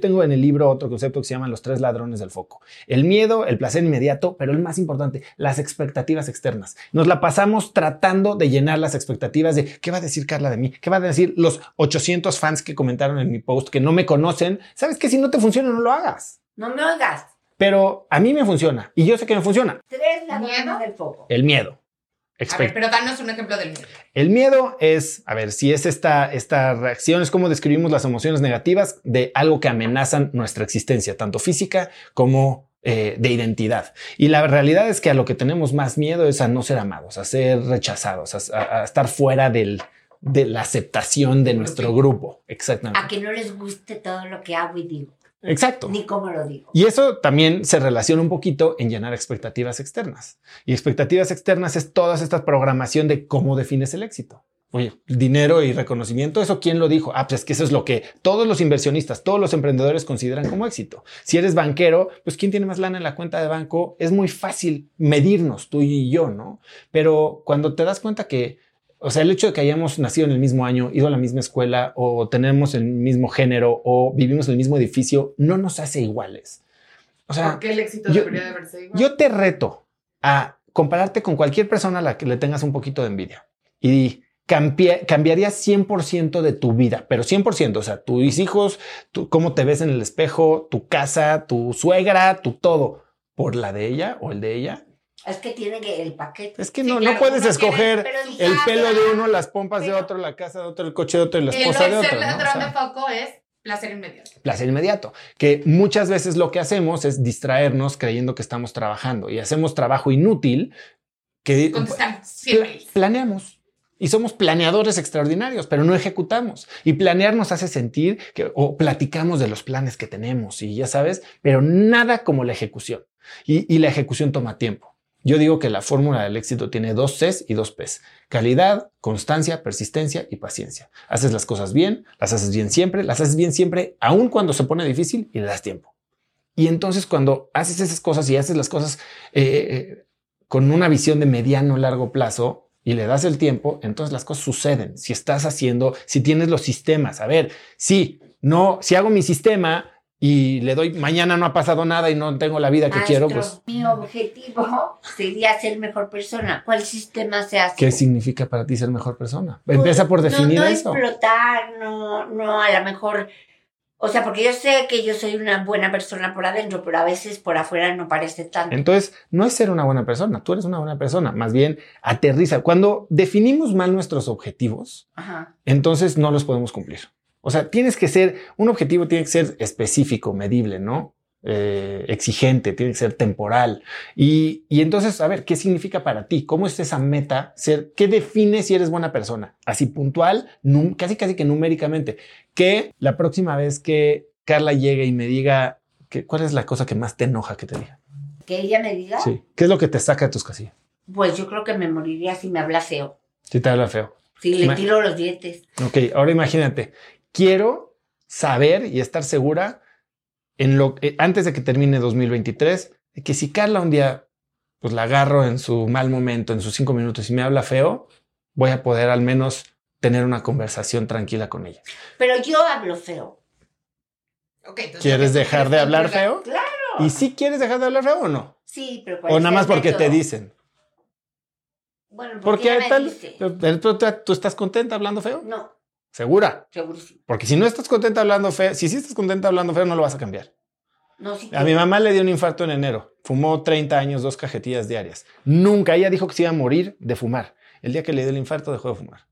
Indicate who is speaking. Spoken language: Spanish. Speaker 1: tengo en el libro otro concepto que se llama los tres ladrones del foco. El miedo, el placer inmediato, pero el más importante, las expectativas externas. Nos la pasamos tratando de llenar las expectativas de qué va a decir Carla de mí, qué va a decir los 800 fans que comentaron en mi post que no me conocen. Sabes que si no te funciona, no lo hagas.
Speaker 2: No me oigas.
Speaker 1: Pero a mí me funciona y yo sé que me funciona.
Speaker 2: Tres ladrones
Speaker 3: Miedo.
Speaker 2: del foco.
Speaker 1: El miedo.
Speaker 3: A
Speaker 1: Expect-
Speaker 3: ver, pero danos un ejemplo del miedo.
Speaker 1: El miedo es, a ver, si es esta, esta reacción, es como describimos las emociones negativas de algo que amenazan nuestra existencia, tanto física como eh, de identidad. Y la realidad es que a lo que tenemos más miedo es a no ser amados, a ser rechazados, a, a- a estar fuera del, de la aceptación de nuestro grupo.
Speaker 2: A
Speaker 1: Exactamente.
Speaker 2: que no les guste todo lo que hago y digo,
Speaker 1: Exacto.
Speaker 2: ni cómo lo digo.
Speaker 1: Y eso también se relaciona un poquito en llenar expectativas externas. Y expectativas externas es toda esta programación de cómo defines el éxito. Oye, dinero y reconocimiento, ¿eso quién lo dijo? Ah, pues es que eso es lo que todos los inversionistas, todos los emprendedores consideran como éxito. Si eres banquero, pues ¿quién tiene más lana en la cuenta de banco? Es muy fácil medirnos tú y yo, ¿no? Pero cuando te das cuenta que, o sea, el hecho de que hayamos nacido en el mismo año, ido a la misma escuela o tenemos el mismo género o vivimos en el mismo edificio, no nos hace iguales. O sea,
Speaker 3: ¿Por qué el éxito
Speaker 1: Ah, yo-
Speaker 3: debería de verse igual?
Speaker 1: yo te reto a compararte con cualquier persona a la que le tengas un poquito de envidia y campia- cambiarías 100% de tu vida, pero 100%, o sea, tus hijos, tú- cómo te ves en el espejo, tu casa, tu suegra, tu todo, por la de ella o el de ella.
Speaker 2: Es que tienen que- el paquete.
Speaker 1: Es que
Speaker 3: Sí,
Speaker 1: no,
Speaker 3: claro,
Speaker 1: no puedes
Speaker 3: uno quiere-
Speaker 1: escoger
Speaker 3: pero
Speaker 1: el
Speaker 3: ya,
Speaker 1: pelo
Speaker 3: pero-
Speaker 1: de uno, las pompas de
Speaker 3: pero-
Speaker 1: otro, la casa de otro, el coche de otro y la
Speaker 3: El
Speaker 1: esposa de
Speaker 3: tercer
Speaker 1: otro. ¿no? O
Speaker 3: ladrón
Speaker 1: sea,
Speaker 3: de foco es placer inmediato.
Speaker 1: placer inmediato, que muchas veces lo que hacemos es distraernos creyendo que estamos trabajando y hacemos trabajo inútil que
Speaker 3: Contestar
Speaker 1: pla-
Speaker 3: siempre.
Speaker 1: planeamos. Y somos planeadores extraordinarios, pero no ejecutamos. Y planear nos hace sentir que o platicamos de los planes que tenemos y ya sabes, pero nada como la ejecución. Y, y la ejecución toma tiempo. Yo digo que la fórmula del éxito tiene dos Cs y dos Ps. Calidad, constancia, persistencia y paciencia. Haces las cosas bien, las haces bien siempre, las haces bien siempre, aun cuando se pone difícil y le das tiempo. Y entonces cuando haces esas cosas y haces las cosas eh, eh, con una visión de mediano largo plazo y le das el tiempo, entonces las cosas suceden. Si estás haciendo, si tienes los sistemas, a ver, si no, si hago mi sistema y le doy mañana no ha pasado nada y no tengo la vida que quiero, pues
Speaker 2: Maestro, Mi objetivo sería ser mejor persona. ¿Cuál sistema se hace?
Speaker 1: ¿qué significa para ti ser mejor persona? Empieza por
Speaker 2: Pues, No-
Speaker 1: definir
Speaker 2: no,
Speaker 1: eso.
Speaker 2: explotar, no, no, a lo mejor. O sea, porque yo sé que yo soy una buena persona por adentro, pero a veces por afuera no parece tanto.
Speaker 1: Entonces, no es ser una buena persona, tú eres una buena persona, más bien aterriza. Cuando definimos mal nuestros objetivos,
Speaker 2: Ajá.
Speaker 1: entonces no los podemos cumplir. O sea, tienes que ser, un objetivo tiene que ser específico, medible, ¿no? Eh, exigente, tiene que ser temporal. Y, y entonces, a ver, ¿qué significa para ti? ¿Cómo es esa meta? Ser, ¿Qué define si eres buena persona? Así puntual, num- casi casi que numéricamente. Que la próxima vez que Carla llegue y me diga, que, ¿cuál es la cosa que más te enoja que te diga?
Speaker 2: Que ella me diga,
Speaker 1: Sí. ¿Qué es lo que te saca de tus casillas?
Speaker 2: pues yo creo que me moriría si me habla feo.
Speaker 1: Si te habla feo.
Speaker 2: Si le
Speaker 1: Ma-
Speaker 2: tiro los dientes.
Speaker 1: Ok, ahora imagínate, quiero saber y estar segura en lo eh, antes de que termine 2023 de que si Carla un día pues la agarro en su mal momento, en sus cinco minutos y me habla feo, voy a poder al menos tener una conversación tranquila con ella.
Speaker 2: Pero yo hablo feo.
Speaker 3: Ok, entonces,
Speaker 1: ¿Quieres dejar de hablar feo?
Speaker 2: Claro. Pues
Speaker 1: ¿Y si quieres dejar de hablar feo o no?
Speaker 2: Sí, pero
Speaker 1: O nada más porque te
Speaker 2: dice.
Speaker 1: dicen.
Speaker 2: Bueno,
Speaker 1: Porque
Speaker 2: porque ella me
Speaker 1: tal,
Speaker 2: dice.
Speaker 1: pero- pero tú- tú estás contenta hablando feo,
Speaker 2: No,
Speaker 1: segura.
Speaker 2: seguro sí.
Speaker 1: Porque si no estás contenta hablando feo, si sí estás contenta hablando feo, no lo vas a cambiar.
Speaker 2: No, sí.
Speaker 1: A mi mamá le dio un infarto en enero. Fumó 30 años, dos cajetillas diarias. Nunca. Ella dijo que se iba a morir de fumar. El día que le dio el infarto dejó de fumar.